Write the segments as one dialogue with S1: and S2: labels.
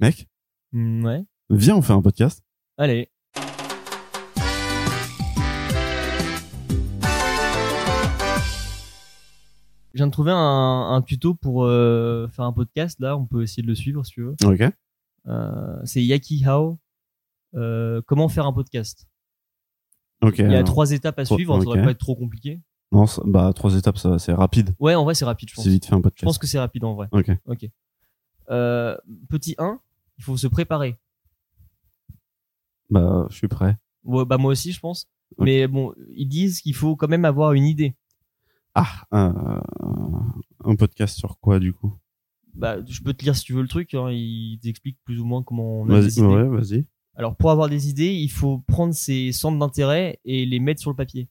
S1: Mec,
S2: Mm, Ouais.
S1: viens, on fait un podcast.
S2: Allez. Je viens de trouver un, un tuto pour euh, faire un podcast. Là, on peut essayer de le suivre si tu veux.
S1: Ok.
S2: Euh, c'est Yaki How. Euh, comment faire un podcast
S1: Ok.
S2: Il y a
S1: euh,
S2: trois étapes à
S1: trois-
S2: suivre. Ça devrait
S1: ok.
S2: pas être trop compliqué.
S1: Non, ça- bah, trois étapes, ça, c'est rapide.
S2: Ouais, en vrai, c'est rapide, je pense.
S1: C'est vite fait un podcast.
S2: Je pense que c'est rapide en vrai.
S1: Ok.
S2: Ok. Euh, petit 1, il faut se préparer.
S1: Bah, je suis prêt.
S2: Ouais, bah moi aussi, je pense.
S1: Ok.
S2: Mais bon, ils disent qu'il faut quand même avoir une idée.
S1: Ah, euh, un podcast sur quoi, du coup
S2: Bah, je peux te lire si tu veux le truc. Hein. Ils t'expliquent plus ou moins comment on a des
S1: Vas-y,
S2: idées.
S1: ouais, vas-y.
S2: Alors, pour avoir des idées, il faut prendre ses centres d'intérêt et les mettre sur le papier.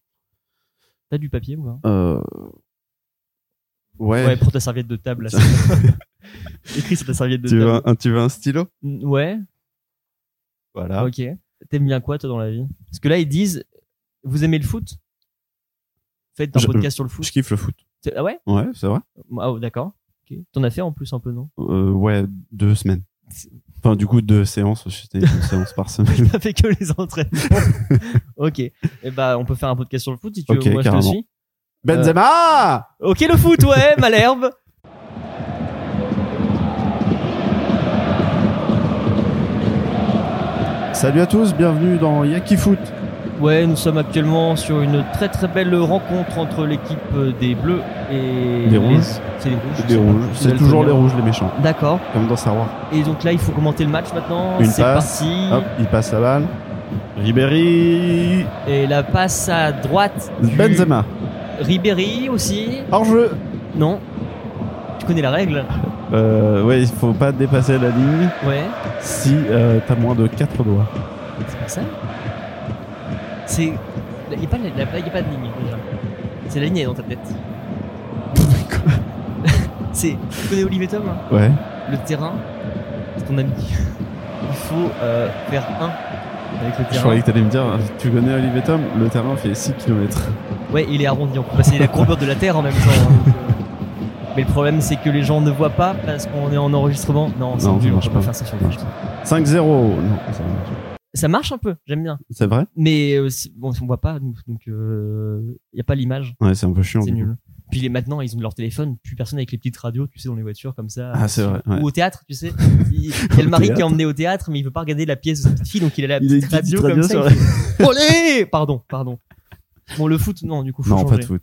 S2: T'as du papier ou pas
S1: Euh... Ouais.
S2: Ouais, pour ta serviette de table. Là, c'est- Écris sur ta serviette de
S1: tu, veux
S2: table.
S1: un, tu veux un stylo
S2: Mm, Ouais,
S1: Voilà.
S2: ok. T'aimes bien quoi, toi, dans la vie Parce que là, ils disent, vous aimez le foot Faites un
S1: Je-
S2: podcast sur le foot.
S1: Je kiffe le foot.
S2: C'est- Ah ouais
S1: Ouais, c'est vrai.
S2: Ah, oh, d'accord. Ok. T'en as fait en plus un peu, non
S1: Euh, ouais, deux semaines.
S2: C'est-
S1: Enfin, du coup, deux séances. C'était une séance par semaine.
S2: T'as fait que les entraînements. ok. Et bah, on peut faire un podcast sur le foot si tu
S1: Ok,
S2: veux. Moi, je
S1: carrément.
S2: te suis.
S1: Benzema
S2: Ok, le foot, ouais, Malherbe.
S1: Salut à tous, bienvenue dans Yaki Foot.
S2: Ouais, nous sommes actuellement sur une très très belle rencontre entre l'équipe des Bleus et.
S1: Des
S2: les-
S1: Rouges.
S2: C'est les Rouges. je sais
S1: Les
S2: pas.
S1: rouges,
S2: Nouvelle
S1: c'est toujours les
S2: première.
S1: rouges les méchants,
S2: D'accord.
S1: comme dans Star Wars.
S2: Et donc là, il faut commenter le match maintenant.
S1: Une
S2: C'est
S1: passe.
S2: parti.
S1: Hop, il passe la balle. Ribéry,
S2: Et la passe à droite. du
S1: Benzema,
S2: Ribéry aussi.
S1: hors jeu.
S2: Non. Tu connais la règle
S1: Euh, ouais, il faut pas dépasser la ligne
S2: Ouais.
S1: si euh, t'as moins de 4 doigts.
S2: C'est pas ça C'est. Il n'y a, pas la- la- y a pas de ligne déjà. C'est la ligne elle est dans ta tête. C'est. Tu connais Olivier Tom hein
S1: Ouais.
S2: Le terrain, c'est ton ami. Il faut euh, faire un avec le
S1: Je
S2: terrain.
S1: croyais que t'allais me dire, tu connais Olivier Tom, le terrain fait 6 km.
S2: Ouais, il est arrondi. On peut passer la courbure de la Terre en même temps. hein. Mais le problème, c'est que les gens ne voient pas parce qu'on est en enregistrement. Non, c'est
S1: Non, ça
S2: nul, on
S1: marche
S2: peut pas
S1: pas.
S2: faire ça sur le
S1: Ça marche
S2: foot.
S1: 5-0. Non, ça marche.
S2: Ça marche un peu, j'aime bien.
S1: c'est vrai
S2: Mais euh, c'est- bon, on voit pas, nous, donc il n'y a pas l'image.
S1: Ouais, c'est un peu chiant.
S2: C'est
S1: du coup.
S2: nul. Puis les, maintenant, ils ont leur téléphone, plus personne avec les petites radios, tu sais, dans les voitures comme ça.
S1: Ah, c'est vrai. ouais.
S2: Ou au théâtre, tu sais. Il il y a le
S1: Au
S2: mari qui est
S1: théâtre.
S2: emmené au théâtre, mais il veut pas regarder la pièce de sa petite fille, donc il a la
S1: Il a une
S2: petite
S1: petite
S2: radio
S1: radio
S2: comme
S1: sur
S2: ça. il fait, Olé Pardon, pardon. Bon, le foot, non, du coup, faut
S1: Non,
S2: changer.
S1: pas de foot.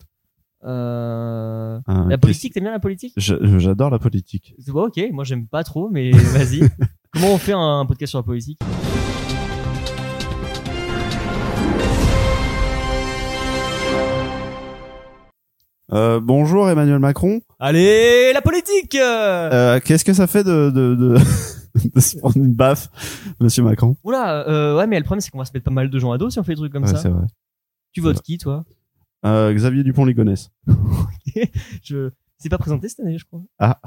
S2: Euh,
S1: Un-
S2: La politique, t'aimes bien la politique
S1: Je- J'adore la politique.
S2: C'est- bon, Ok, moi j'aime pas trop, mais vas-y. Comment on fait un, un podcast sur la politique
S1: Euh, bonjour Emmanuel Macron.
S2: Allez, la politique euh
S1: Euh, Qu'est-ce que ça fait de, de, de, de se prendre une baffe, monsieur Macron
S2: Oula, euh, ouais, mais le problème, c'est qu'on va se mettre pas mal de gens à dos si on fait des trucs comme
S1: Ouais,
S2: ça.
S1: c'est vrai.
S2: Tu votes qui, toi
S1: Euh, Xavier Dupont-Ligonnès.
S2: Je c'est pas présenté cette année, je crois.
S1: Ah.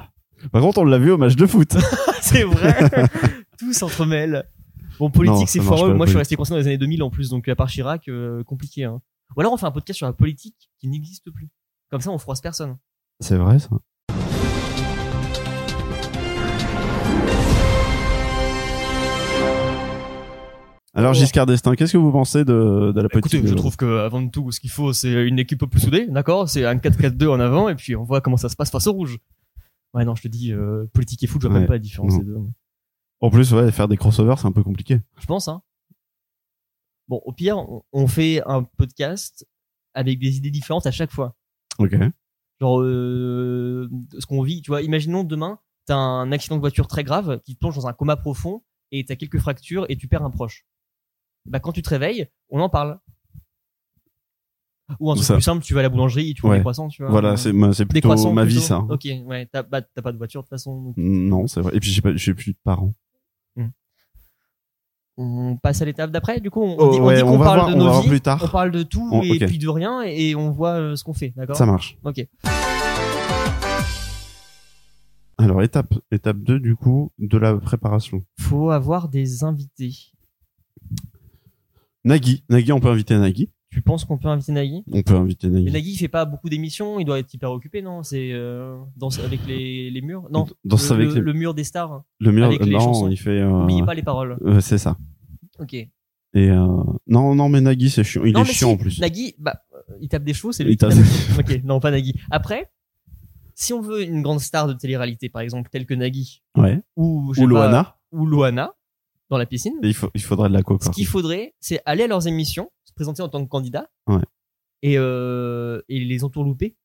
S1: Par contre, on l'a vu au match de foot.
S2: c'est vrai. Tout s'entremêle. Bon, politique,
S1: Non,
S2: c'est
S1: ça marche
S2: foireux.
S1: pas,
S2: Moi, je suis
S1: politique.
S2: resté coincé dans les années 2000 en plus, donc à part Chirac, euh, compliqué. Hein. Ou alors on fait un podcast sur la politique qui n'existe plus. Comme ça, on froisse personne.
S1: C'est vrai, ça. Alors, Giscard d'Estaing, qu'est-ce que vous pensez de, de la euh, politique
S2: Écoutez, je
S1: de-
S2: trouve que avant de tout, ce qu'il faut, c'est une équipe plus soudée, d'accord C'est un 4-4-2 en avant, et puis on voit comment ça se passe face au rouge. Ouais, non, je te dis, euh, politique et foot, je vois même
S1: Ouais.
S2: pas la différence
S1: Non.
S2: des deux.
S1: En plus, ouais, faire des crossovers, c'est un peu compliqué.
S2: Je pense, hein. Bon, au pire, on- on fait un podcast avec des idées différentes à chaque fois.
S1: Ok.
S2: genre euh, ce qu'on vit tu vois imaginons demain t'as un accident de voiture très grave qui te plonge dans un coma profond et t'as quelques fractures et tu perds un proche bah quand tu te réveilles on en parle ou un truc
S1: Ça.
S2: plus simple tu vas à la boulangerie et tu vois
S1: Ouais.
S2: des croissants tu vois
S1: Voilà,
S2: Euh,
S1: c'est ma- c'est
S2: des
S1: plutôt
S2: croissants,
S1: ma vie,
S2: plutôt.
S1: ça. hein.
S2: ok ouais t'as bah, t'as pas de voiture de toute façon donc
S1: Non, c'est vrai. Et puis, j'ai pas- j'ai plus de parents.
S2: on passe à l'étape d'après du coup on,
S1: Oh,
S2: dit, on
S1: ouais,
S2: dit qu'on
S1: on va
S2: parle
S1: voir-
S2: de
S1: on va
S2: nos
S1: voir
S2: vies
S1: plus tard.
S2: on parle de tout
S1: On-
S2: et
S1: ok.
S2: puis de rien et on voit euh, ce qu'on fait d'accord
S1: Ça marche.
S2: ok
S1: Alors, étape, étape 2, du coup, de la préparation.
S2: faut avoir des invités
S1: Nagui. Nagui, on peut inviter Nagui.
S2: Tu penses qu'on peut inviter Nagui
S1: On peut inviter
S2: Mais
S1: Nagui.
S2: Nagui, il fait pas beaucoup d'émissions, il doit être hyper occupé, non C'est euh, Danse avec les, les murs Non,
S1: Danse
S2: le,
S1: avec
S2: le-
S1: les- Ah.
S2: le mur des stars.
S1: Le meilleur,
S2: avec les
S1: non,
S2: chansons.
S1: il fait. euh,
S2: N'oubliez pas les paroles.
S1: euh, c'est ça.
S2: Ok.
S1: Et euh, non, non, mais Nagui, c'est chiant. Il
S2: Non,
S1: est
S2: mais
S1: chiant
S2: si,
S1: en plus.
S2: Nagui, bah, euh, il tape des chevaux, c'est
S1: Il
S2: lui. qui
S1: tape-
S2: tape. ok, non, pas Nagui. Après, si on veut une grande star de télé-réalité, par exemple, telle que Nagui
S1: Ouais.
S2: ou, je sais
S1: Ou
S2: pas,
S1: Loana.
S2: ou Loana dans la piscine,
S1: Il, faut, il faudrait de la hein. coca.
S2: ce qu'il faudrait, c'est aller à leurs émissions, se présenter en tant que candidat
S1: Ouais.
S2: et, euh, et les entourlouper,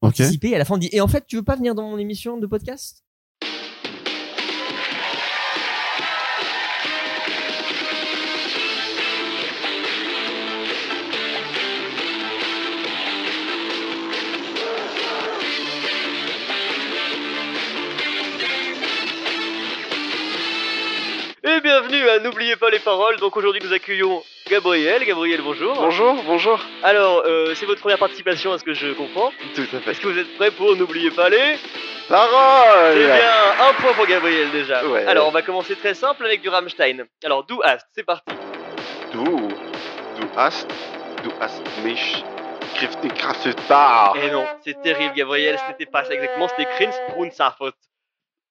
S1: Ok.
S2: participer. Et à la fin, on dit Et en fait, tu veux pas venir dans mon émission de podcast
S3: Et bienvenue à N'oubliez pas les paroles. Donc aujourd'hui nous accueillons Gabriel. Gabriel, bonjour.
S4: Bonjour, bonjour.
S3: Alors, euh, c'est votre première participation à ce que je comprends.
S4: Tout à fait.
S3: Est-ce que vous êtes prêts pour N'oubliez pas les Eh
S4: Parole
S3: bien, un point pour Gabriel déjà.
S4: Ah, Ouais.
S3: Alors, on va commencer très simple avec du Rammstein. Alors, du hast, c'est parti.
S4: Du, du hast, du hast mich, Kriften krasses Bar.
S3: Eh non, c'est terrible, Gabriel. Ce n'était pas ça exactement. C'était Krinsprun, sa faute.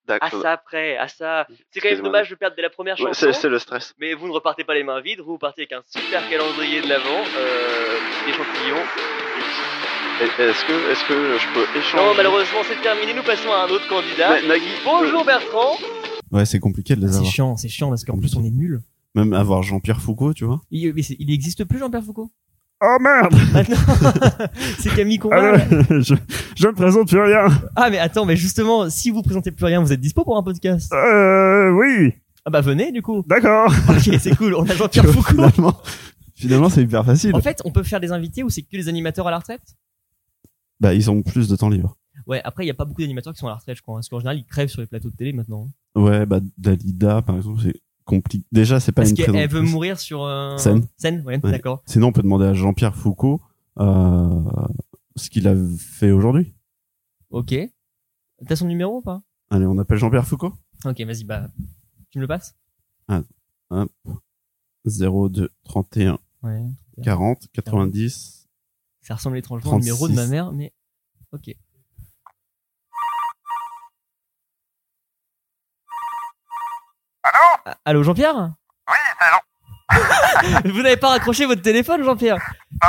S3: À
S4: D'accord.
S3: ça après, à ça. C'est quand même
S4: Excuse-moi.
S3: dommage de perdre dès la première
S4: Ouais,
S3: chanson.
S4: c'est c'est le stress.
S3: Mais vous ne repartez pas les mains vides, vous partez avec un super calendrier de l'avant, euh, échantillon.
S4: Et- Est-ce que, est-ce que je peux échanger
S3: Non, malheureusement, c'est terminé. Nous passons à un autre candidat.
S4: Na- Nagui.
S3: Bonjour Bertrand.
S1: Ouais, c'est compliqué de les
S2: C'est
S1: avoir.
S2: chiant, c'est chiant parce qu'en plus, on est nul.
S1: Même avoir Jean-Pierre Foucault, tu vois.
S2: Il, mais c'est- il existe plus Jean-Pierre Foucault Ah, bah,
S1: Oh merde Ah,
S2: C'est Camille Conrad.
S1: je, je me présente plus rien.
S2: Ah mais attends, mais justement, si vous présentez plus rien, vous êtes dispo pour un podcast
S1: Euh, oui,
S2: Ah bah venez du coup.
S1: d'accord.
S2: Ok, c'est cool. On a Jean-Pierre Foucault.
S1: Finalement, finalement c'est hyper facile.
S2: En fait, on peut faire des invités ou c'est que les animateurs à la retraite
S1: Bah, ils ont plus de temps libre.
S2: Ouais. Après, il y a pas beaucoup d'animateurs qui sont à la retraite, je crois. hein, Parce qu'en général, ils crèvent sur les plateaux de télé maintenant.
S1: Ouais, bah, Dalida, par exemple, c'est compliqué. Déjà, c'est pas
S2: Parce
S1: une
S2: qu'elle elle veut
S1: présentatrice.
S2: mourir sur euh,
S1: Scène.
S2: ouais,
S1: Ouais.
S2: D'accord.
S1: Sinon, on peut demander à Jean-Pierre Foucault euh, ce qu'il a fait aujourd'hui.
S2: Ok. T'as son numéro ou pas
S1: Allez, on appelle Jean-Pierre Foucault.
S2: Ok, vas-y. Bah, tu me le passes
S1: 02 31
S2: Ouais.
S1: 40 90.
S2: Ça ressemble étrangement au
S1: 36.
S2: numéro de ma mère, mais ok. Allô Allô Jean-Pierre Oui, allô. vous n'avez pas raccroché votre téléphone, Jean-Pierre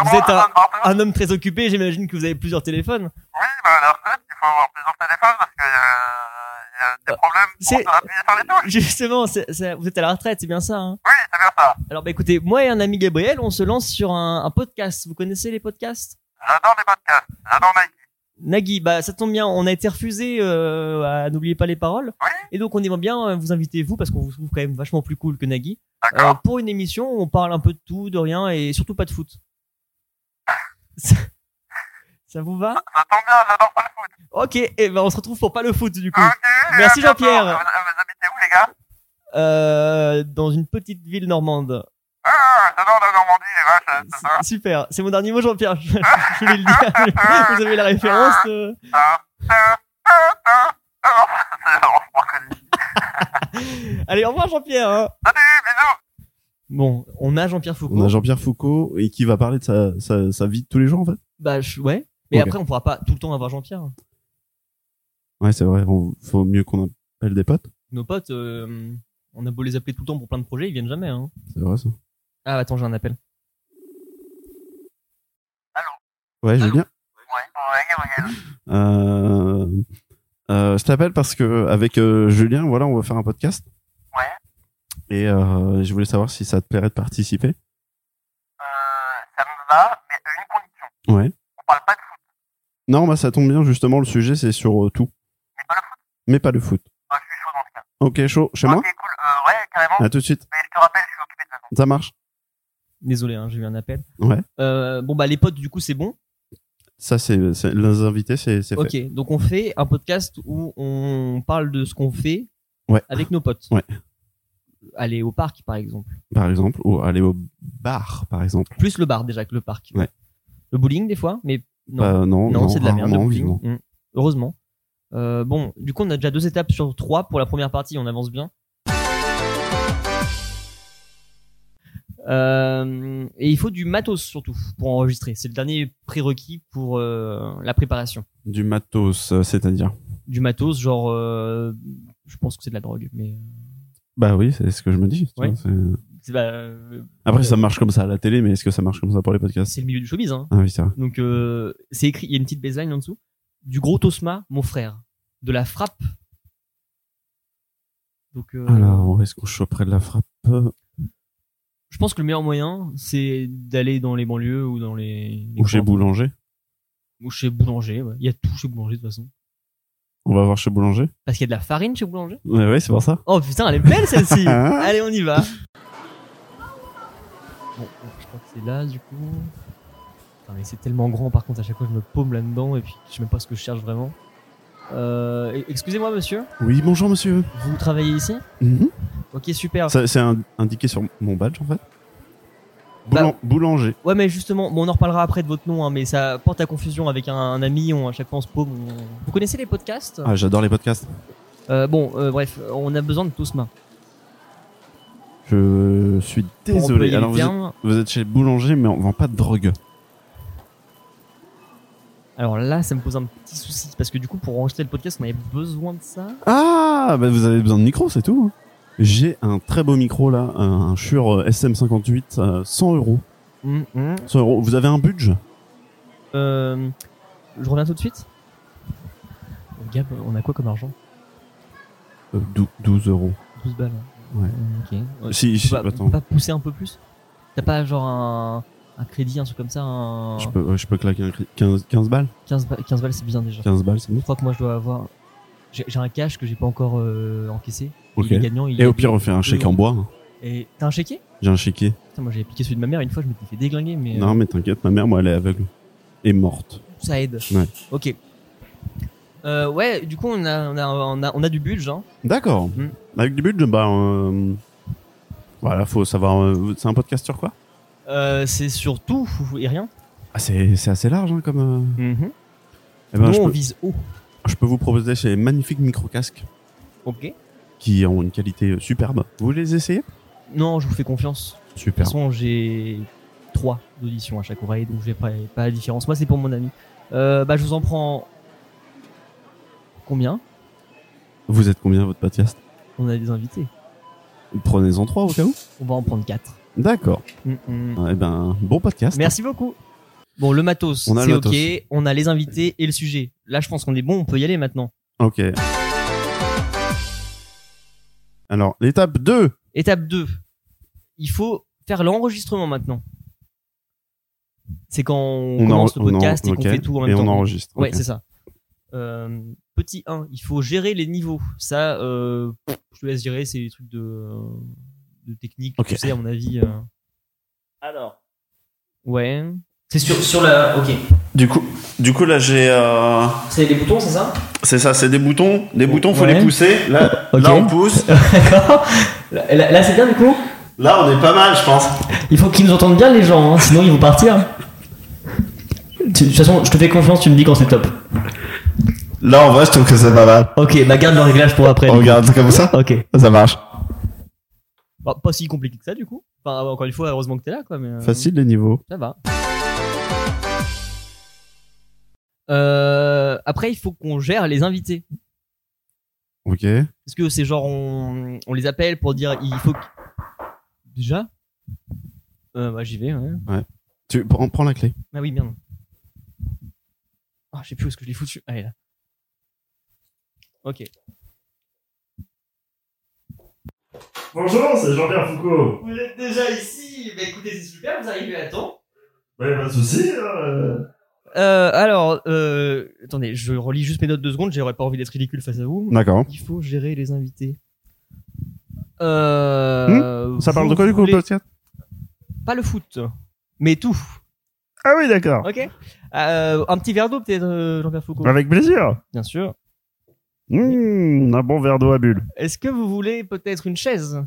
S2: Vous êtes un, un homme très occupé, j'imagine que vous avez plusieurs téléphones.
S5: Oui, bah alors ça, il faut avoir plusieurs téléphones parce que euh, il y a des problèmes
S2: C'est
S5: pour appuyer sur les touches.
S2: justement, c'est- c'est- vous êtes à la retraite, c'est bien ça. Hein
S5: Oui, c'est bien ça.
S2: Alors bah écoutez, moi et un ami Gabriel, on se lance sur un, un podcast. Vous connaissez les podcasts
S5: J'adore les podcasts. J'adore Nike.
S2: Nagui, bah ça tombe bien, on a été refusé euh, à N'oubliez pas les paroles.
S5: Ouais.
S2: Et donc on aimerait bien euh, vous inviter vous parce qu'on vous trouve quand même vachement plus cool que Nagui. Euh,
S5: D'accord.
S2: pour une émission, où on parle un peu de tout, de rien et surtout pas de foot. Ça, ça vous va
S5: Ça tombe bien, j'adore pas le foot.
S2: Ok, et ben on se retrouve pour pas le foot du coup.
S5: Ok.
S2: Merci,
S5: et à bientôt.
S2: Jean-Pierre.
S5: Vous, vous habitez où les gars
S2: Euh, dans une petite ville normande.
S5: Ah, j'adore la Normandie, les vaches. C'est ça.
S2: C'est- Super, c'est mon dernier mot Jean-Pierre. Je, je voulais le dire. vous avez la référence. euh.
S5: Ah non, c'est drôle, je m'en connais.
S2: Allez, au revoir Jean-Pierre. hein.
S5: Salut, bisous.
S2: Bon, on a Jean-Pierre Foucault.
S1: On a Jean-Pierre Foucault et qui va parler de sa, sa, sa vie de tous les jours, en fait.
S2: Bah je- ouais. Mais
S1: Ok.
S2: après, on pourra pas tout le temps avoir Jean-Pierre.
S1: Ouais, c'est vrai. On, faut mieux qu'on appelle des potes.
S2: nos potes, euh, on a beau les appeler tout le temps pour plein de projets, ils viennent jamais. Hein.
S1: C'est vrai, ça.
S2: Ah, attends, j'ai un appel.
S1: Ouais,
S5: Allô
S1: Julien.
S5: Ouais, ouais, Gabriel.
S1: Euh, euh, je t'appelle parce que avec euh, Julien, voilà, on va faire un podcast. Ouais. Et euh, je voulais savoir si ça te plairait de participer.
S5: Euh, ça me va, mais à une condition.
S1: Ouais.
S5: On parle pas de foot.
S1: Non, bah ça tombe bien justement. Le sujet c'est sur euh, tout,
S5: Mais pas le foot.
S1: mais pas le foot.
S5: Moi, je suis chaud dans ce cas.
S1: Ok, chaud. Chez moi.
S5: Ok, cool. Euh, ouais, carrément.
S1: À tout de suite.
S5: Mais je te rappelle, je suis occupé de toute façon.
S1: Ça marche.
S2: Désolé, hein, j'ai eu un appel.
S1: Ouais.
S2: Euh, bon, bah, les potes, du coup, c'est bon.
S1: Ça c'est c'est- les invités, c'est c'est fait.
S2: Ok, donc on fait un podcast où on parle de ce qu'on fait
S1: Ouais.
S2: avec nos potes.
S1: Ouais.
S2: Aller au parc, par exemple.
S1: Par exemple, ou aller au bar, par exemple.
S2: Plus le bar, déjà, que le parc.
S1: Ouais.
S2: Le bowling, des fois, mais non.
S1: Bah, non,
S2: non, c'est de la merde. Le
S1: rarement,
S2: bowling.
S1: vivement.
S2: Mm. Heureusement. Euh, bon, du coup, on a déjà deux étapes sur trois pour la première partie. On avance bien. Euh, et il faut du matos surtout pour enregistrer. C'est le dernier prérequis pour euh, la préparation.
S1: Du matos, euh, c'est-à-dire.
S2: Du matos, genre, euh, je pense que c'est de la drogue, mais
S1: Bah oui, c'est ce que je me dis. tu
S2: Ouais.
S1: vois, c'est-
S2: c'est bah, euh,
S1: Après,
S2: Ouais.
S1: ça marche comme ça à la télé, mais est-ce que ça marche comme ça pour les podcasts
S2: c'est le milieu du showbiz. Hein.
S1: Ah oui, c'est vrai.
S2: Donc euh, c'est écrit, il y a une petite baseline en dessous. Du gros tosma, mon frère. De la frappe. Donc euh,
S1: Alors, est-ce qu'on choperait de la frappe
S2: je pense que le meilleur moyen, c'est d'aller dans les banlieues ou dans les, les
S1: ou chez
S2: coins-
S1: Boulanger
S2: ou chez boulanger. ouais. Il y a tout chez boulanger de toute façon.
S1: On va voir chez Boulanger
S2: Parce qu'il y a de la farine chez boulanger.
S1: Ouais, ouais, c'est pour ça.
S2: Oh putain, elle est belle celle-ci.
S1: Hein
S2: Allez, on y va. Bon, je crois que c'est là du coup. Putain, mais c'est tellement grand par contre, à chaque fois je me paume là-dedans et puis je sais même pas ce que je cherche vraiment. Euh, e- excusez-moi monsieur,
S1: Oui, bonjour monsieur.
S2: vous travaillez ici
S1: Mhm.
S2: Ok, super.
S1: Ça, C'est un- indiqué sur mon badge en fait. Boulan- Boulanger.
S2: Ouais, mais justement, bon, on en reparlera après de votre nom, hein, mais ça porte à confusion avec un, un ami, on, à chaque fois on se paume. on- Vous connaissez les podcasts
S1: Ah, j'adore les podcasts.
S2: Euh, Bon, euh, bref, on a besoin de tous main.
S1: Je suis désolé. Alors, vous êtes, vous êtes chez Boulanger, mais on vend pas de drogue.
S2: Alors là, ça me pose un petit souci, parce que du coup, pour enregistrer le podcast, on avait besoin de ça.
S1: Ah, bah vous avez besoin de micro, c'est tout. hein. J'ai un très beau micro là, un Shure SM58, euh, 100 euros.
S2: Hum, hum.
S1: 100 euros. Vous avez un budget
S2: Euh, je reviens tout de suite. Euh, Gab, on a quoi comme argent
S1: Euh, dou- 12 euros.
S2: 12 balles.
S1: Ouais.
S2: Euh, ok. Ouais,
S1: Si,
S2: tu
S1: si,
S2: peux pas,
S1: attends.
S2: tu peux pas pousser un peu plus T'as pas genre un, un crédit, un truc comme ça un...
S1: Je peux, ouais, je peux claquer un cri- 15, 15 balles
S2: 15, ba- 15 balles, c'est bien déjà.
S1: 15 balles, c'est bon.
S2: Je crois que moi je dois avoir. J'ai j'ai un cash que j'ai pas encore euh, encaissé.
S1: Ok.
S2: Il est gagnant. Il
S1: Et
S2: est-
S1: au pire, on fait un chèque en bois. hein.
S2: Et t'as un chéquier
S1: J'ai un chéquier.
S2: Putain, moi j'ai appliqué celui de ma mère une fois, je m'étais fait déglinguer, mais euh,
S1: Non, mais t'inquiète, ma mère, moi, elle est aveugle. Et morte.
S2: ça aide.
S1: Ouais.
S2: Ok. Euh, ouais, du coup on a, on a, on a, on a du budget. Hein.
S1: D'accord.
S2: Mm.
S1: Avec du budget, bah. euh, Voilà, faut savoir. euh, C'est un podcast sur quoi
S2: Euh, c'est surtout et rien.
S1: ah, C'est c'est assez large, hein, comme. euh, eh ben,
S2: Nous,
S1: je,
S2: on
S1: peux,
S2: vise haut.
S1: je peux vous proposer ces magnifiques micro-casques
S2: Ok.
S1: qui ont une qualité euh, superbe. Vous voulez les essayer
S2: Non, je vous fais confiance. De toute
S1: Super.
S2: façon, j'ai trois auditions à chaque oreille, donc j'ai pas, pas la différence. Moi, c'est pour mon ami. Euh, bah, je vous en prends. Combien
S1: Vous êtes combien, votre podcast
S2: On a des invités.
S1: Prenez-en trois, au cas où.
S2: On va en prendre quatre.
S1: D'accord.
S2: Mm, mm.
S1: Eh ben, bon podcast.
S2: Merci beaucoup. Bon, le matos,
S1: On a
S2: c'est
S1: le
S2: ok.
S1: matos.
S2: On a les invités et le sujet. Là, je pense qu'on est bon, on peut y aller maintenant.
S1: Ok. Alors, l'étape 2.
S2: Étape 2. Il faut faire l'enregistrement maintenant. C'est quand on, commence
S1: en-
S2: le podcast
S1: on en-
S2: et qu'on
S1: ok.
S2: fait tout en même
S1: Et
S2: temps.
S1: on enregistre.
S2: Ouais,
S1: ok.
S2: c'est ça. Euh, petit 1, il faut gérer les niveaux. Ça, euh, pff, je te laisse gérer, c'est des trucs de, de technique,
S1: Ok.
S2: tu sais, à mon avis. Alors. Ouais. C'est sur, sur la. Ok.
S1: Du coup, du coup là j'ai, euh,
S2: C'est les boutons, c'est ça
S1: c'est ça, c'est des boutons, des boutons, faut
S2: Ouais.
S1: les pousser. Là,
S2: Ok.
S1: là on pousse.
S2: D'accord. Là, là, c'est bien du coup
S1: Là on est pas mal, je pense.
S2: Il faut qu'ils nous entendent bien, les gens, hein, sinon ils vont partir. De toute façon, je te fais confiance, tu me dis quand c'est top.
S1: Là en vrai, je trouve que c'est pas mal.
S2: Ok, bah garde le réglage pour après.
S1: Regarde comme ça,
S2: Ok.
S1: ça marche.
S2: Bah, pas si compliqué que ça du coup. Enfin, encore une fois, heureusement que t'es là quoi. Mais, euh,
S1: Facile les niveaux.
S2: Ça va. Euh, après, il faut qu'on gère les invités.
S1: Ok.
S2: Parce que c'est genre, on, on les appelle pour dire il faut. que- Déjà euh, Bah, j'y vais, ouais.
S1: Tu prends, prends la clé.
S2: Ah oui, merde. Ah, je sais plus où est-ce que je l'ai foutu. Allez, là. Ok.
S6: Bonjour, c'est Jean-Pierre Foucault.
S2: Vous êtes déjà ici Bah, écoutez, c'est super, vous arrivez à temps.
S6: Ouais, pas de soucis. hein.
S2: Euh, alors, euh, attendez, je relis juste mes notes deux secondes, j'aurais pas envie d'être ridicule face à vous.
S1: D'accord.
S2: Il faut gérer les invités. Euh,
S1: Hmm Ça
S2: vous
S1: parle de quoi du coup le
S2: voulez-
S1: podcast
S2: Pas le foot, mais tout.
S6: Ah oui, d'accord.
S2: Ok. Euh, un petit verre d'eau peut-être, euh, Jean-Pierre Foucault.
S6: Avec plaisir.
S2: Bien sûr.
S6: Mmh, un bon verre d'eau à bulles.
S2: Est-ce que vous voulez peut-être une chaise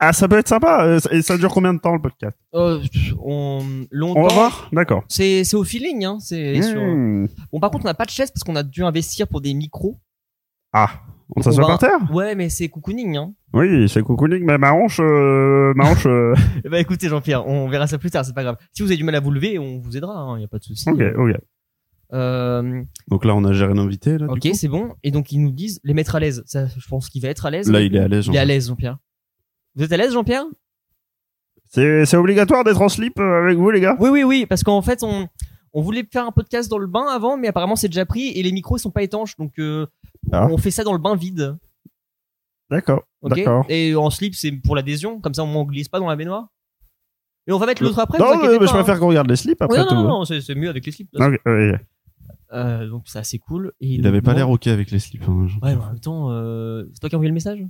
S6: Ah, ça peut être sympa. Euh, Et ça dure combien de temps le podcast
S2: Euh, on... Longtemps.
S6: On va voir D'accord.
S2: C'est c'est au feeling, hein. C'est sur-
S6: Mmh.
S2: Bon, par contre, on n'a pas de chaise parce qu'on a dû investir pour des micros.
S6: Ah, On s'assoit
S2: va-
S6: par terre
S2: Ouais, mais c'est cocooning. Hein.
S6: Oui, c'est cocooning, mais ma hanche, euh, ma hanche. euh,
S2: Eh ben, écoutez, Jean-Pierre, on verra ça plus tard, c'est pas grave. Si vous avez du mal à vous lever, on vous aidera, il n'y a pas de souci.
S6: ok, ok.
S2: Euh,
S1: Donc là, on a géré l'invité. Là, Ah, du
S2: ok,
S1: coup.
S2: c'est bon. Et donc, ils nous disent les mettre à l'aise. Ça, je pense qu'il va être à l'aise.
S1: Là, il est à l'aise.
S2: Il est à
S1: Jean.
S2: l'aise, Jean-Pierre. Vous êtes à l'aise, Jean-Pierre
S6: C'est c'est obligatoire d'être en slip euh, avec vous, les gars
S2: Oui, oui, oui, parce qu'en fait, on, on voulait faire un podcast dans le bain avant, mais apparemment, c'est déjà pris et les micros, ils sont pas étanches. Donc, euh,
S6: Ah.
S2: on fait ça dans le bain vide.
S6: D'accord,
S2: ok
S6: d'accord.
S2: et en slip, c'est pour l'adhésion. Comme ça, on glisse pas dans la baignoire. Et on va mettre l'autre après. vous
S6: non,
S2: inquiétez
S6: mais, mais
S2: pas,
S6: je
S2: hein.
S6: préfère qu'on regarde les slips après
S2: Ouais, non,
S6: tout. hein.
S2: non, non, c'est c'est mieux avec les slips.
S6: Ok, ok.
S2: Euh, donc, ça, c'est cool. Et
S1: Il
S2: nous
S1: avait pas l'air
S2: demande-
S1: ok avec les slips. hein, Jean.
S2: Ouais, mais en même temps, euh, c'est toi qui as envoyé le message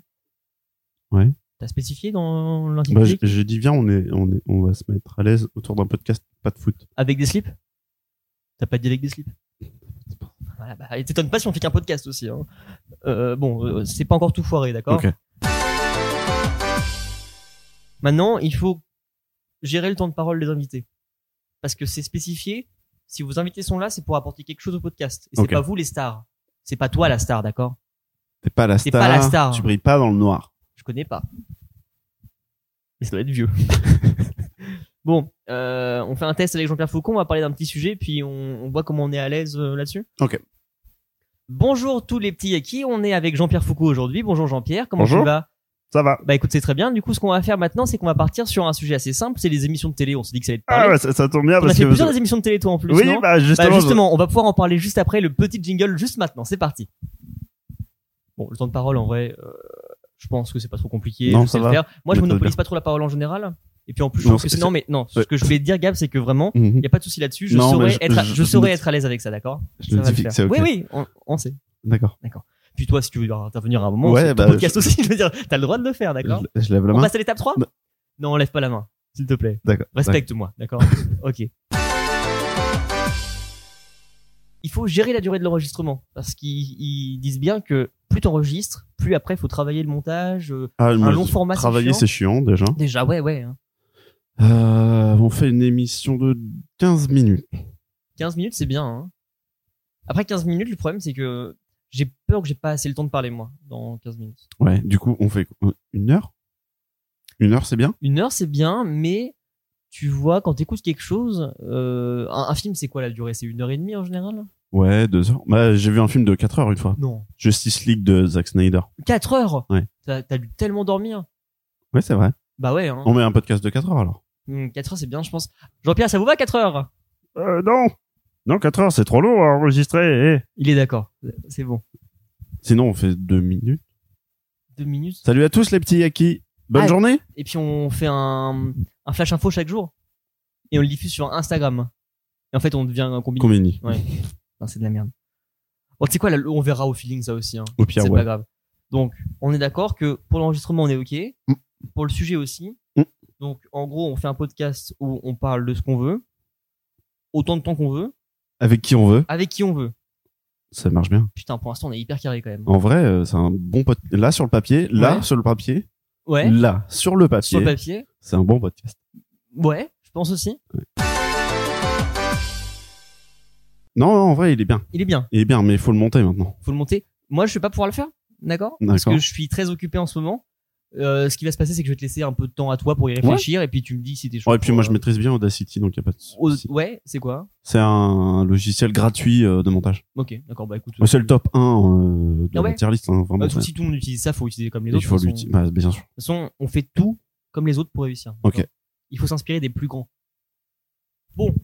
S1: Ouais.
S2: T'as spécifié dans
S1: Bah, j-
S2: l'intitulé
S1: j'ai dit viens, on est, on est, on va se mettre à l'aise autour d'un podcast pas de foot.
S2: Avec des slips T'as pas dit avec des slips voilà, bah, et T'étonnes pas si on fait qu'un podcast aussi. Hein. Euh, bon, euh, c'est pas encore tout foiré, d'accord
S1: Ok.
S2: Maintenant, il faut gérer le temps de parole des invités. Parce que c'est spécifié, si vos invités sont là, c'est pour apporter quelque chose au podcast. Et c'est
S1: Ok.
S2: pas vous les stars. C'est pas toi la star, d'accord
S1: T'es pas la
S2: T'es
S1: star.
S2: pas la star.
S1: Tu brilles pas dans le noir.
S2: Je connais pas. Mais ça doit être vieux. bon, euh, on fait un test avec Jean-Pierre Faucon, on va parler d'un petit sujet, puis on, on voit comment on est à l'aise euh, là-dessus.
S1: Ok.
S2: Bonjour tous les petits acquis, on est avec Jean-Pierre Foucault aujourd'hui. Bonjour Jean-Pierre, comment
S6: Bonjour.
S2: tu vas
S6: Ça va.
S2: Bah écoute, c'est très bien. Du coup, ce qu'on va faire maintenant, c'est qu'on va partir sur un sujet assez simple, c'est les émissions de télé. On s'est dit que ça allait te parler.
S6: Ah ouais, ça, ça tombe bien
S2: on a
S6: parce
S2: fait
S6: que.
S2: plusieurs émissions de télé toi en plus,
S6: oui,
S2: non
S6: bah
S2: Bah,
S6: justement.
S2: justement, on va pouvoir en parler juste après le petit jingle, juste maintenant. C'est parti. Bon, le temps de parole, en vrai, euh, je pense que c'est pas trop compliqué.
S1: Non,
S2: je sais
S1: ça
S2: le
S1: va.
S2: faire. Moi, je
S1: Mais ça
S2: monopolise
S1: va.
S2: pas trop la parole en général. Et puis en plus, je
S1: Non,
S2: pense que
S1: c'est-
S2: c'est- non, mais non. Ce
S1: ouais.
S2: que je voulais te dire, Gab, c'est que vraiment,
S1: Mhm.
S2: il y a pas de souci là-dessus. Je
S1: Non,
S2: saurais
S1: mais je-
S2: être, à, je,
S1: je-
S2: saurais
S1: je-
S2: être à l'aise avec ça, d'accord
S1: Je
S2: Ça
S1: le dis
S2: va le
S1: que
S2: faire.
S1: c'est ok.
S2: Oui, oui, on, on sait.
S1: D'accord.
S2: Puis toi, si tu veux intervenir à un moment,
S1: Ouais,
S2: c'est ton
S1: bah,
S2: podcast
S1: je-
S2: aussi. Je veux dire, t'as le droit de le faire, d'accord
S1: Je, je lève la
S2: On
S1: main.
S2: passe à l'étape 3
S1: Bah.
S2: Non, on lève pas la main, s'il te plaît.
S1: D'accord.
S2: Respecte-moi, d'accord Ok. Il faut gérer la durée de l'enregistrement parce qu'ils ils disent bien que plus t'enregistres, plus après faut travailler le montage. euh,
S1: Ah, moi,
S2: long
S1: je-
S2: format, c'est
S1: Travailler,
S2: chiant.
S1: c'est chiant déjà.
S2: Déjà, ouais, ouais. hein.
S1: Euh, on fait une émission de 15 minutes.
S2: 15 minutes, c'est bien. hein. Après 15 minutes, le problème c'est que j'ai peur que j'ai pas assez le temps de parler moi dans 15 minutes.
S1: Ouais. Du coup, on fait quoi une heure. Une heure, c'est bien.
S2: Une heure, c'est bien, mais tu vois, quand t'écoutes quelque chose, euh, un, un film, c'est quoi la durée C'est une heure et demie en général
S1: Ouais, deux heures. Bah, j'ai vu un film de 4 heures une fois.
S2: Non.
S1: Justice League de Zack Snyder.
S2: 4 heures
S1: Ouais.
S2: T'as t'as dû tellement dormir.
S1: Ouais, c'est vrai.
S2: Bah ouais, hein.
S1: On met un podcast de 4 heures alors.
S2: 4 heures, c'est bien, je pense. Jean-Pierre, ça vous va 4 heures
S6: Euh, non. Non, 4 heures, c'est trop lourd à enregistrer. eh.
S2: Il est d'accord. C'est bon.
S1: Sinon, on fait deux minutes.
S2: Deux minutes.
S1: Salut à tous les petits Yaki. Bonne
S2: Ah,
S1: journée.
S2: Et puis on fait un, un flash info chaque jour. Et on le diffuse sur Instagram. Et en fait, on devient un combiné.
S1: Combini.
S2: Ouais. Non, c'est de la merde. Bon, tu sais quoi, là, on verra au feeling ça aussi. Hein.
S1: Au pire,
S2: c'est
S1: ouais.
S2: pas grave. Donc, on est d'accord que pour l'enregistrement, on est OK.
S1: Mm.
S2: Pour le sujet aussi.
S1: Mm.
S2: Donc, en gros, on fait un podcast où on parle de ce qu'on veut, autant de temps qu'on veut,
S1: Avec qui on veut.
S2: avec qui on veut.
S1: Ça marche bien.
S2: Putain, pour l'instant, on est hyper carré quand même.
S1: En vrai, euh, c'est un bon podcast. Là, sur le papier. Là,
S2: Ouais.
S1: sur le papier.
S2: Ouais,
S1: Là, sur le
S2: sur
S1: papier.
S2: le papier.
S1: C'est un bon podcast.
S2: Ouais, je pense aussi.
S1: Non, non, en vrai, il est bien.
S2: Il est bien,
S1: Il est bien, mais il faut le monter maintenant.
S2: faut le monter. Moi, je vais pas pouvoir le faire, d'accord Parce
S1: D'accord.
S2: que je suis très occupé en ce moment. Euh, ce qui va se passer, c'est que je vais te laisser un peu de temps à toi pour y réfléchir, et puis tu me dis si t'es chaud.
S1: Ouais, et puis
S2: pour,
S1: moi, je
S2: euh,
S1: maîtrise bien Audacity, donc il a pas de
S2: au-
S1: souci.
S2: Ouais, c'est quoi
S1: C'est un logiciel gratuit euh, de montage.
S2: Ok, d'accord, bah écoute.
S1: C'est le top 1 euh, de
S2: Ah ouais
S1: la tier list, hein, vraiment.
S2: bah,
S1: c'est-
S2: si tout le monde utilise ça, faut utiliser comme les
S1: Il
S2: autres.
S1: faut
S2: de toute
S1: l'utiliser.
S2: façon.
S1: Bah, bien sûr.
S2: De toute façon, on fait tout comme les autres pour réussir.
S1: Ok.
S2: d'accord Il faut s'inspirer des plus grands. Bon,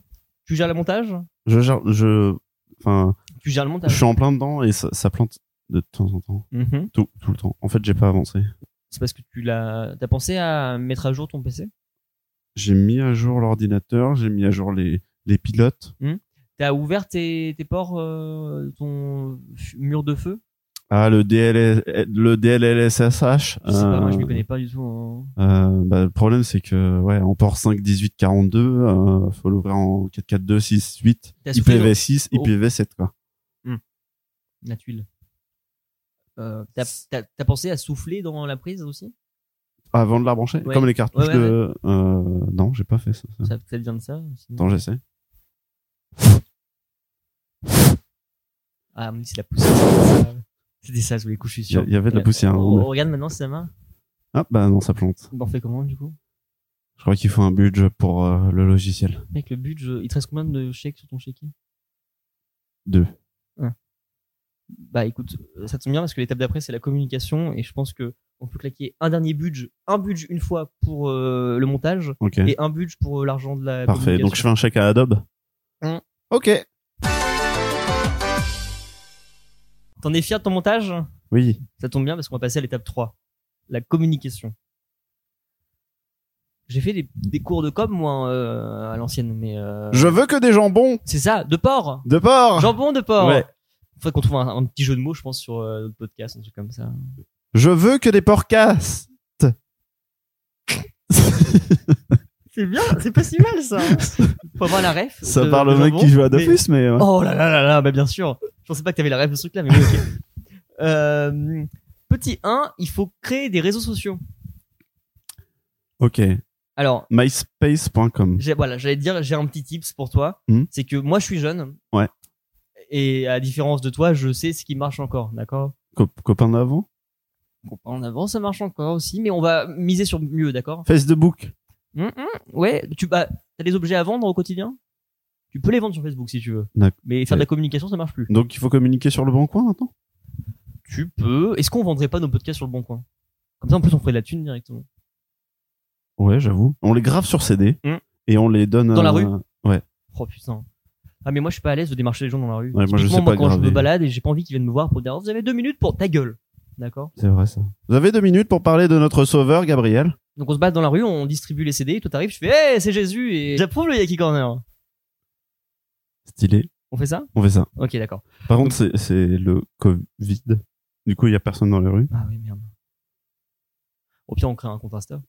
S2: tu gères le montage
S1: Je, gère- je, enfin,
S2: Tu gères le
S1: je
S2: montage
S1: suis en plein dedans et ça, ça plante de temps en temps.
S2: Mhm.
S1: Tout, tout le temps. En fait, j'ai pas avancé.
S2: C'est parce que tu l'as. T'as pensé à mettre à jour ton PC
S1: J'ai mis à jour l'ordinateur, j'ai mis à jour les, les pilotes.
S2: T'as ouvert tes, tes ports, euh, ton f- mur de feu
S1: Ah, le DLS, le DLLSSH.
S2: Je sais pas, moi je m'y
S1: euh,
S2: connais pas du tout. hein. en-
S1: euh, bah, le problème, c'est que, ouais, en port 5, 18, 42, euh, faut l'ouvrir en 4, 4, 2, 6, 8,
S2: T'as soufflé
S1: IPv6,
S2: au-
S1: IPv7, quoi.
S2: dans la tuile. Euh, T'as t'as- t'as pensé à souffler dans la prise aussi
S1: Avant de la brancher?
S2: Ouais.
S1: Comme les cartouches
S2: Ouais, ouais,
S1: de, euh, non, j'ai pas fait ça. ça.
S2: Ça peut-être vient de ça aussi.
S1: Attends, j'essaie.
S2: Ah, mais c'est la poussée. ça- C'était ça, sous les couches, je suis
S1: Il y a-
S2: sûr.
S1: il y avait de la poussière. hein.
S2: Euh, On, on regarde maintenant sa main.
S1: Ah bah non, ça plante.
S2: Bon, on fait comment du coup
S1: Je crois qu'il faut un budget pour euh, le logiciel.
S2: Mec, le budget, il te reste combien de chèques sur ton chéquier
S1: Deux.
S2: Bah écoute, euh, ça tombe bien parce que l'étape d'après c'est la communication et je pense que on peut claquer un dernier budget, un budget une fois pour euh, le montage
S1: Ok.
S2: et un budget pour euh, l'argent de la
S1: Parfait. Donc je
S2: communication.
S1: fais un chèque à Adobe.
S2: Hum.
S1: Ok.
S2: T'en es fier de ton montage
S1: Oui.
S2: Ça tombe bien parce qu'on va passer à l'étape 3, la communication. J'ai fait des, des cours de com moi euh, à l'ancienne mais euh,
S1: Je veux que des jambons
S2: c'est ça, de porc.
S1: de porc.
S2: Jambon de porc.
S1: Ouais.
S2: Faudrait qu'on trouve un, un petit jeu de mots je pense sur euh, notre podcast, un truc comme ça.
S1: Je veux que des porcastes.
S2: C'est bien, c'est pas si mal ça. Faut avoir la ref.
S1: ça
S2: de-
S1: parle au
S2: de
S1: mec
S2: jambon,
S1: qui joue à
S2: mais-
S1: Dofus, hein. mais. euh, ouais.
S2: Oh là là là là, bah bien sûr. Je pensais pas que t'avais la rêve de ce truc-là, mais oui, ok. Euh, petit 1, il faut créer des réseaux sociaux.
S1: Ok.
S2: Alors,
S1: MySpace.com.
S2: j'ai- voilà, j'allais te dire, j'ai un petit tips pour toi.
S1: Mhm.
S2: C'est que moi, je suis jeune.
S1: Ouais.
S2: Et à la différence de toi, je sais ce qui marche encore, d'accord
S1: Cop- copain d'avant.
S2: Bon, En avant, ça marche encore aussi, mais on va miser sur mieux, d'accord
S1: Facebook.
S2: Mhm, mhm. Ouais, tu bah, as des objets à vendre au quotidien Tu peux les vendre sur Facebook si tu veux.
S1: D'ac-
S2: Mais faire de la communication, ça marche plus.
S1: Donc il faut communiquer sur le bon coin maintenant.
S2: Tu peux. Est-ce qu'on vendrait pas nos podcasts sur le bon coin Comme ça, en plus, on ferait de la thune directement.
S1: Ouais, j'avoue. On les grave sur CD
S2: Hum.
S1: et on les donne
S2: Dans la
S1: euh,
S2: rue Oh putain. Ah mais moi je suis pas à l'aise de démarcher les gens dans la rue.
S1: Ouais, moi, je
S2: Typiquement,
S1: sais pas
S2: quand je
S1: graver.
S2: me balade et j'ai pas envie qu'ils viennent me voir pour dire oh, vous avez deux minutes pour ta gueule. D'accord.
S1: C'est vrai ça. Vous avez deux minutes pour parler de notre sauveur Gabriel.
S2: Donc on se bat dans la rue, on distribue les CD, et toi t'arrives, je fais hey, c'est Jésus et j'approuve le Yaki Corner.
S1: Stylé.
S2: On fait ça
S1: On fait ça.
S2: Ok d'accord.
S1: Par contre, c'est- c'est le Covid. Du coup, il y a personne dans les rues.
S2: Ah oui merde. Au pire on crée un compte Insta,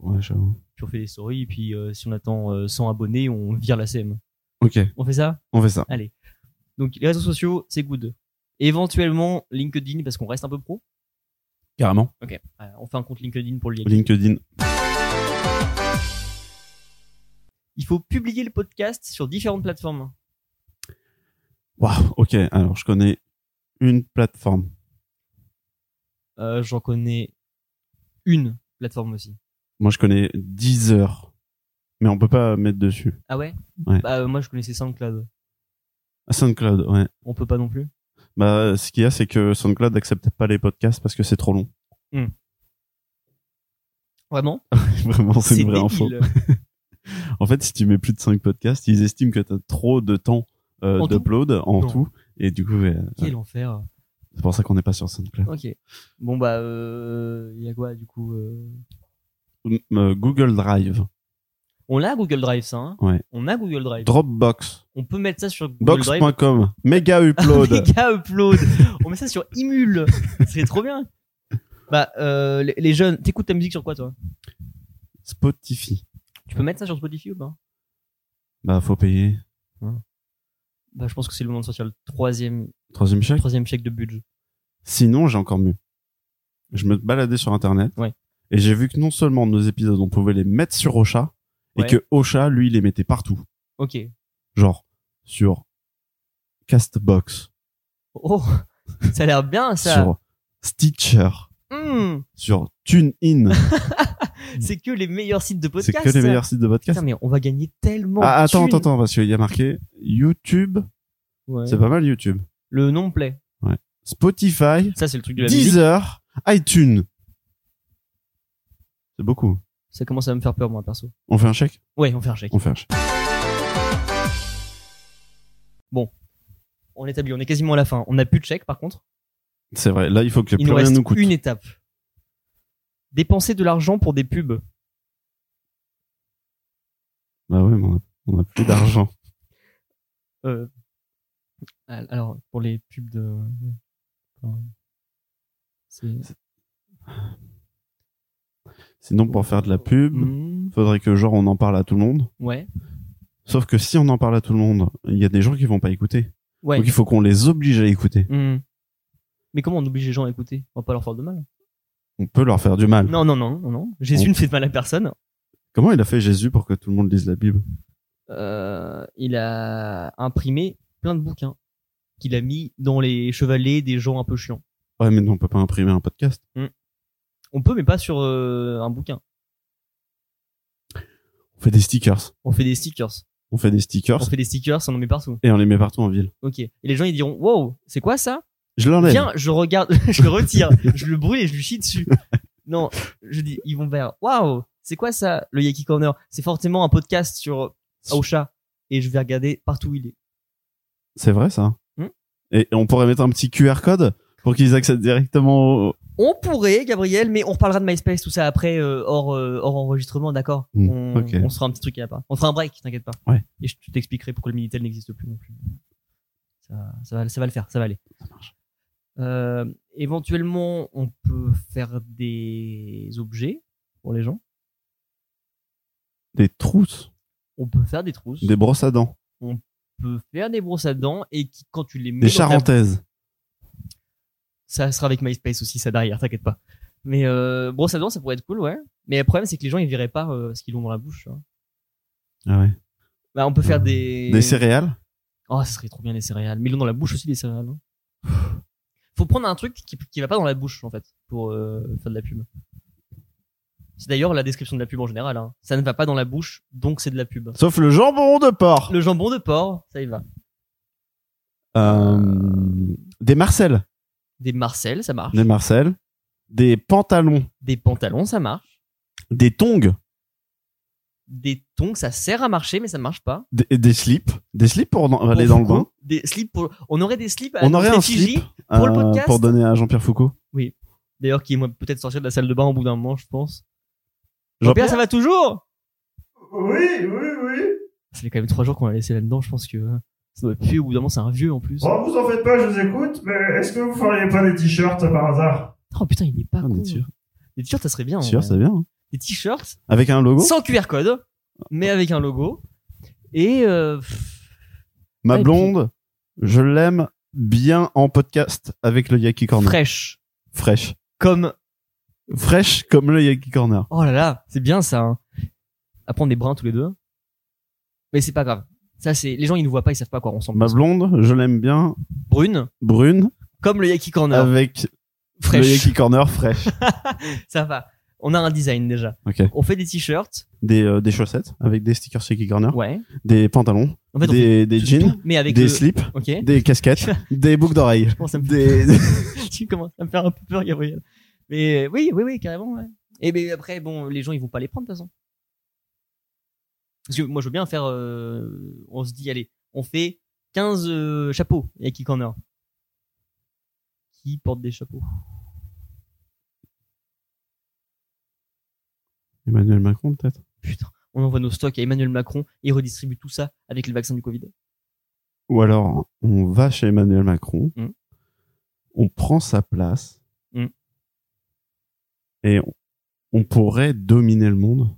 S1: Ouais, j'avoue.
S2: puis on fait des stories, puis euh, si on attend euh, 100 abonnés, on vire la CM.
S1: Ok,
S2: On fait ça
S1: on fait ça.
S2: Donc les réseaux sociaux c'est good. Éventuellement LinkedIn parce qu'on reste un peu pro.
S1: Carrément.
S2: Ok. Euh, on fait un compte LinkedIn pour le Yaki.
S1: LinkedIn.
S2: Il faut publier le podcast sur différentes plateformes.
S1: Waouh, ok. Alors, je connais une plateforme.
S2: Euh, j'en connais une plateforme aussi.
S1: Moi, je connais Deezer. Mais on peut pas mettre dessus.
S2: Ah ouais,
S1: Ouais.
S2: Bah, euh, moi, je connaissais SoundCloud.
S1: Ah, SoundCloud, ouais.
S2: On peut pas non plus.
S1: Bah, ce qu'il y a, c'est que SoundCloud n'accepte pas les podcasts parce que c'est trop long.
S2: Vraiment
S1: Vraiment, c'est
S2: C'est
S1: une vraie info.
S2: débile.
S1: En fait, si tu mets plus de 5 podcasts, ils estiment que t'as trop de temps euh,
S2: En tout
S1: d'upload en
S2: Non.
S1: tout. Et du coup, ouais, ouais.
S2: Quel enfer.
S1: c'est pour ça qu'on n'est pas sur SoundCloud.
S2: Ok. Bon, bah, il euh, y a quoi du coup euh,
S1: M- euh, Google Drive,
S2: On l'a Google Drive, ça. Hein
S1: Ouais.
S2: On a Google Drive.
S1: Dropbox,
S2: On peut mettre ça sur Google Drive.
S1: Box.com, Mega Upload.
S2: Méga upload. On met ça sur Imul. C'est trop bien. Bah, euh, les, les jeunes, t'écoutes ta musique sur quoi toi
S1: Spotify.
S2: Tu peux mettre ça sur Spotify ou pas
S1: Bah, faut payer.
S2: Bah, je pense que c'est le moment de sortir le troisième,
S1: Troisième chèque.
S2: troisième chèque de budget.
S1: Sinon, j'ai encore mieux. Je me baladais sur Internet.
S2: Ouais.
S1: Et j'ai vu que non seulement nos épisodes, on pouvait les mettre sur Ocha,
S2: Ouais.
S1: et que Ocha, lui, les mettait partout.
S2: Ok.
S1: Genre, sur Castbox,
S2: Oh, ça a l'air bien ça.
S1: sur Stitcher,
S2: Hmm,
S1: sur TuneIn.
S2: c'est que les meilleurs sites de
S1: C'est
S2: podcast.
S1: que les meilleurs sites de podcast.
S2: Putain, mais on va gagner tellement.
S1: Ah,
S2: de
S1: attends,
S2: thunes.
S1: attends, attends, parce qu'il y a marqué YouTube.
S2: Ouais.
S1: C'est pas mal YouTube.
S2: Le nom me plaît.
S1: Spotify,
S2: Ça, c'est le truc de la musique.
S1: Deezer, iTunes. C'est beaucoup.
S2: Ça commence à me faire peur, moi, perso.
S1: On fait un chèque
S2: Ouais, on fait un chèque.
S1: On fait un chèque.
S2: On établit, on est quasiment à la fin. On n'a plus de chèque, par contre.
S1: C'est vrai. Là, il faut que
S2: Il
S1: plus
S2: nous
S1: rien
S2: reste
S1: nous coûte.
S2: une étape. Dépenser de l'argent pour des pubs.
S1: Bah ouais, mais on a, on a plus d'argent.
S2: Euh, alors, pour les pubs de. C'est-
S1: Sinon, pour faire de la pub,
S2: Hmm,
S1: faudrait que genre on en parle à tout le monde.
S2: Ouais.
S1: Sauf que si on en parle à tout le monde, il y a des gens qui vont pas écouter.
S2: Ouais.
S1: Donc il faut qu'on les oblige à écouter.
S2: Hmm. Mais comment on oblige les gens à écouter On va pas leur faire de mal.
S1: On peut leur faire du mal.
S2: Non, non, non, non, non. Jésus
S1: On-
S2: ne fait de mal à personne.
S1: Comment il a fait Jésus pour que tout le monde lise la Bible
S2: Euh, il a imprimé plein de bouquins. qu'il a mis dans les chevalets des gens un peu chiants.
S1: Ouais, mais non, on peut pas imprimer un podcast.
S2: On peut, mais pas sur euh, un bouquin.
S1: On fait des stickers.
S2: On fait des stickers.
S1: On fait des stickers
S2: On fait des stickers, on en met partout.
S1: et on les met partout en ville.
S2: Ok. Et les gens, ils diront, wow, c'est quoi ça
S1: Je l'enlève.
S2: Viens, je regarde, je le retire, je le brûle et je lui chie dessus. Non, je dis, ils vont vers, waouh, c'est quoi ça, le Yaki Corner C'est forcément un podcast sur Aosha. Et je vais regarder partout où il est.
S1: C'est vrai ça.
S2: Hmm.
S1: Et on pourrait mettre un petit QR code pour qu'ils accèdent directement au...
S2: On pourrait, Gabriel, mais on reparlera de MySpace, tout ça après, euh, hors, euh, hors enregistrement, d'accord
S1: Mm,
S2: on,
S1: ok.
S2: on se fera un petit truc à part. On fera un break, t'inquiète pas.
S1: Ouais.
S2: Et je t'expliquerai pourquoi le Minitel n'existe plus non plus. Ça, ça, va, ça va le faire, ça va aller. Euh, éventuellement, on peut faire des objets pour les gens.
S1: des trousses,
S2: On peut faire des trousses.
S1: des brosses à dents,
S2: On peut faire des brosses à dents et qui, quand tu les mets.
S1: des
S2: dans ta-
S1: charentaises.
S2: Ça sera avec MySpace aussi, ça derrière, t'inquiète pas. Mais euh, brosse à dents, ça pourrait être cool, ouais. Mais le problème, c'est que les gens, ils verraient pas euh, ce qu'ils ont dans la bouche. tu vois.
S1: Ah ouais.
S2: Bah, on peut faire des.
S1: Mmh. Des céréales.
S2: Oh, ça serait trop bien les céréales. Mais ils l'ont dans la bouche aussi, les céréales. hein. Faut prendre un truc qui, qui va pas dans la bouche, en fait, pour euh, faire de la pub. C'est d'ailleurs la description de la pub en général. hein. Ça ne va pas dans la bouche, donc c'est de la pub.
S1: Sauf le jambon de porc.
S2: Le jambon de porc, ça y va.
S1: Euh, des marcelles.
S2: Des marcelles, ça marche.
S1: Des marcelles. Des pantalons.
S2: Des pantalons, ça marche.
S1: Des tongs.
S2: Des tongs, ça sert à marcher, mais ça marche pas.
S1: Des, des slips. Des slips pour dans- aller
S2: Pour
S1: dans le
S2: Foucault,
S1: bain.
S2: Des slips pour... On aurait des slips à
S1: On aurait un
S2: Fiji,
S1: slip
S2: pour le podcast.
S1: Euh, pour donner à Jean-Pierre Foucault.
S2: D'ailleurs, qui va peut-être sortir de la salle de bain au bout d'un moment, je pense.
S1: Jean-Pierre,
S2: Jean-Pierre, ça va toujours
S7: Oui, oui, oui.
S2: Ça fait quand même trois jours qu'on l'a laissé là-dedans, je pense que euh, ça doit puer, au bout d'un moment, c'est un vieux en plus.
S7: Bon, vous en faites pas, je vous écoute, mais est-ce que vous feriez pas des t-shirts par hasard
S2: Oh putain, il est pas
S1: Ah,
S2: con.
S1: des t-shirts.
S2: Des t-shirts, ça serait bien. en
S1: sûr,
S2: vrai.
S1: c'est bien. hein.
S2: Des t-shirts
S1: Avec un logo.
S2: sans QR code, mais avec un logo. Et euh, pff,
S1: Ma
S2: Ouais,
S1: blonde, je l'aime bien en podcast avec le Yaki Corner.
S2: fraîche.
S1: Fraîche.
S2: Comme.
S1: Fraîche comme le Yaki Corner.
S2: Oh là là, c'est bien ça. Hein. Après, on est bruns tous les deux. Mais c'est pas grave. Ça, c'est. Les gens, ils nous voient pas, ils savent pas à quoi ressemble.
S1: Ma blonde, je l'aime bien
S2: Brune,
S1: brune
S2: comme le Yaki Corner.
S1: avec le
S2: fraîche.
S1: Yaki Corner fraîche.
S2: Ça va. On a un design déjà.
S1: Ok.
S2: On fait des t-shirts.
S1: Des, euh, des chaussettes avec des stickers Yaki Corner,
S2: Ouais.
S1: des pantalons,
S2: En fait, on
S1: des,
S2: fait
S1: des
S2: tout,
S1: jeans,
S2: Mais avec
S1: des
S2: le-
S1: slips,
S2: Ok.
S1: des casquettes, des boucles d'oreilles.
S2: Bon, ça me-
S1: Des...
S2: tu commences à me faire un peu peur, Gabriel. Mais euh, oui, oui, oui, carrément. Ouais. Et ben après, bon, les gens, ils vont pas les prendre de toute façon. Parce que moi, je veux bien faire. euh, on se dit, allez, on fait 15 euh, chapeaux. Et qui corner Qui porte des chapeaux
S1: Emmanuel Macron, peut-être
S2: Putain, on envoie nos stocks à Emmanuel Macron et redistribue tout ça avec le vaccin du Covid.
S1: Ou alors, on va chez Emmanuel Macron,
S2: Mm.
S1: on prend sa place,
S2: Mm.
S1: et on, on pourrait dominer le monde.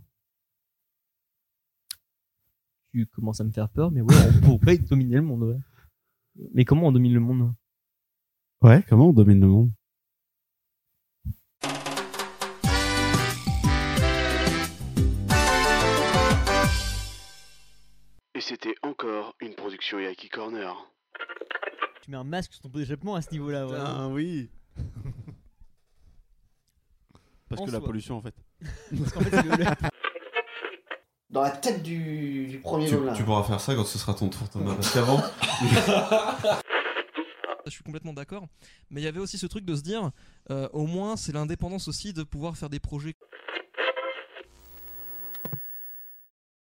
S2: Tu commences à me faire peur, mais ouais, on pourrait dominer le monde. ouais. Mais comment on domine le monde
S1: Ouais, comment on domine le monde
S4: euh, Et c'était encore une production Yaki Corner.
S2: Tu mets un masque sur ton pot d'échappement à ce niveau-là.
S1: oui Parce
S2: En
S1: que la
S2: soi.
S1: pollution, en fait.
S8: dans la tête du, du premier
S1: Tu,
S8: Nolan.
S1: tu pourras faire ça quand ce sera ton tour, Thomas. Parce qu'avant,
S9: Je suis complètement d'accord. Mais il y avait aussi ce truc de se dire, euh, au moins c'est l'indépendance aussi de pouvoir faire des projets.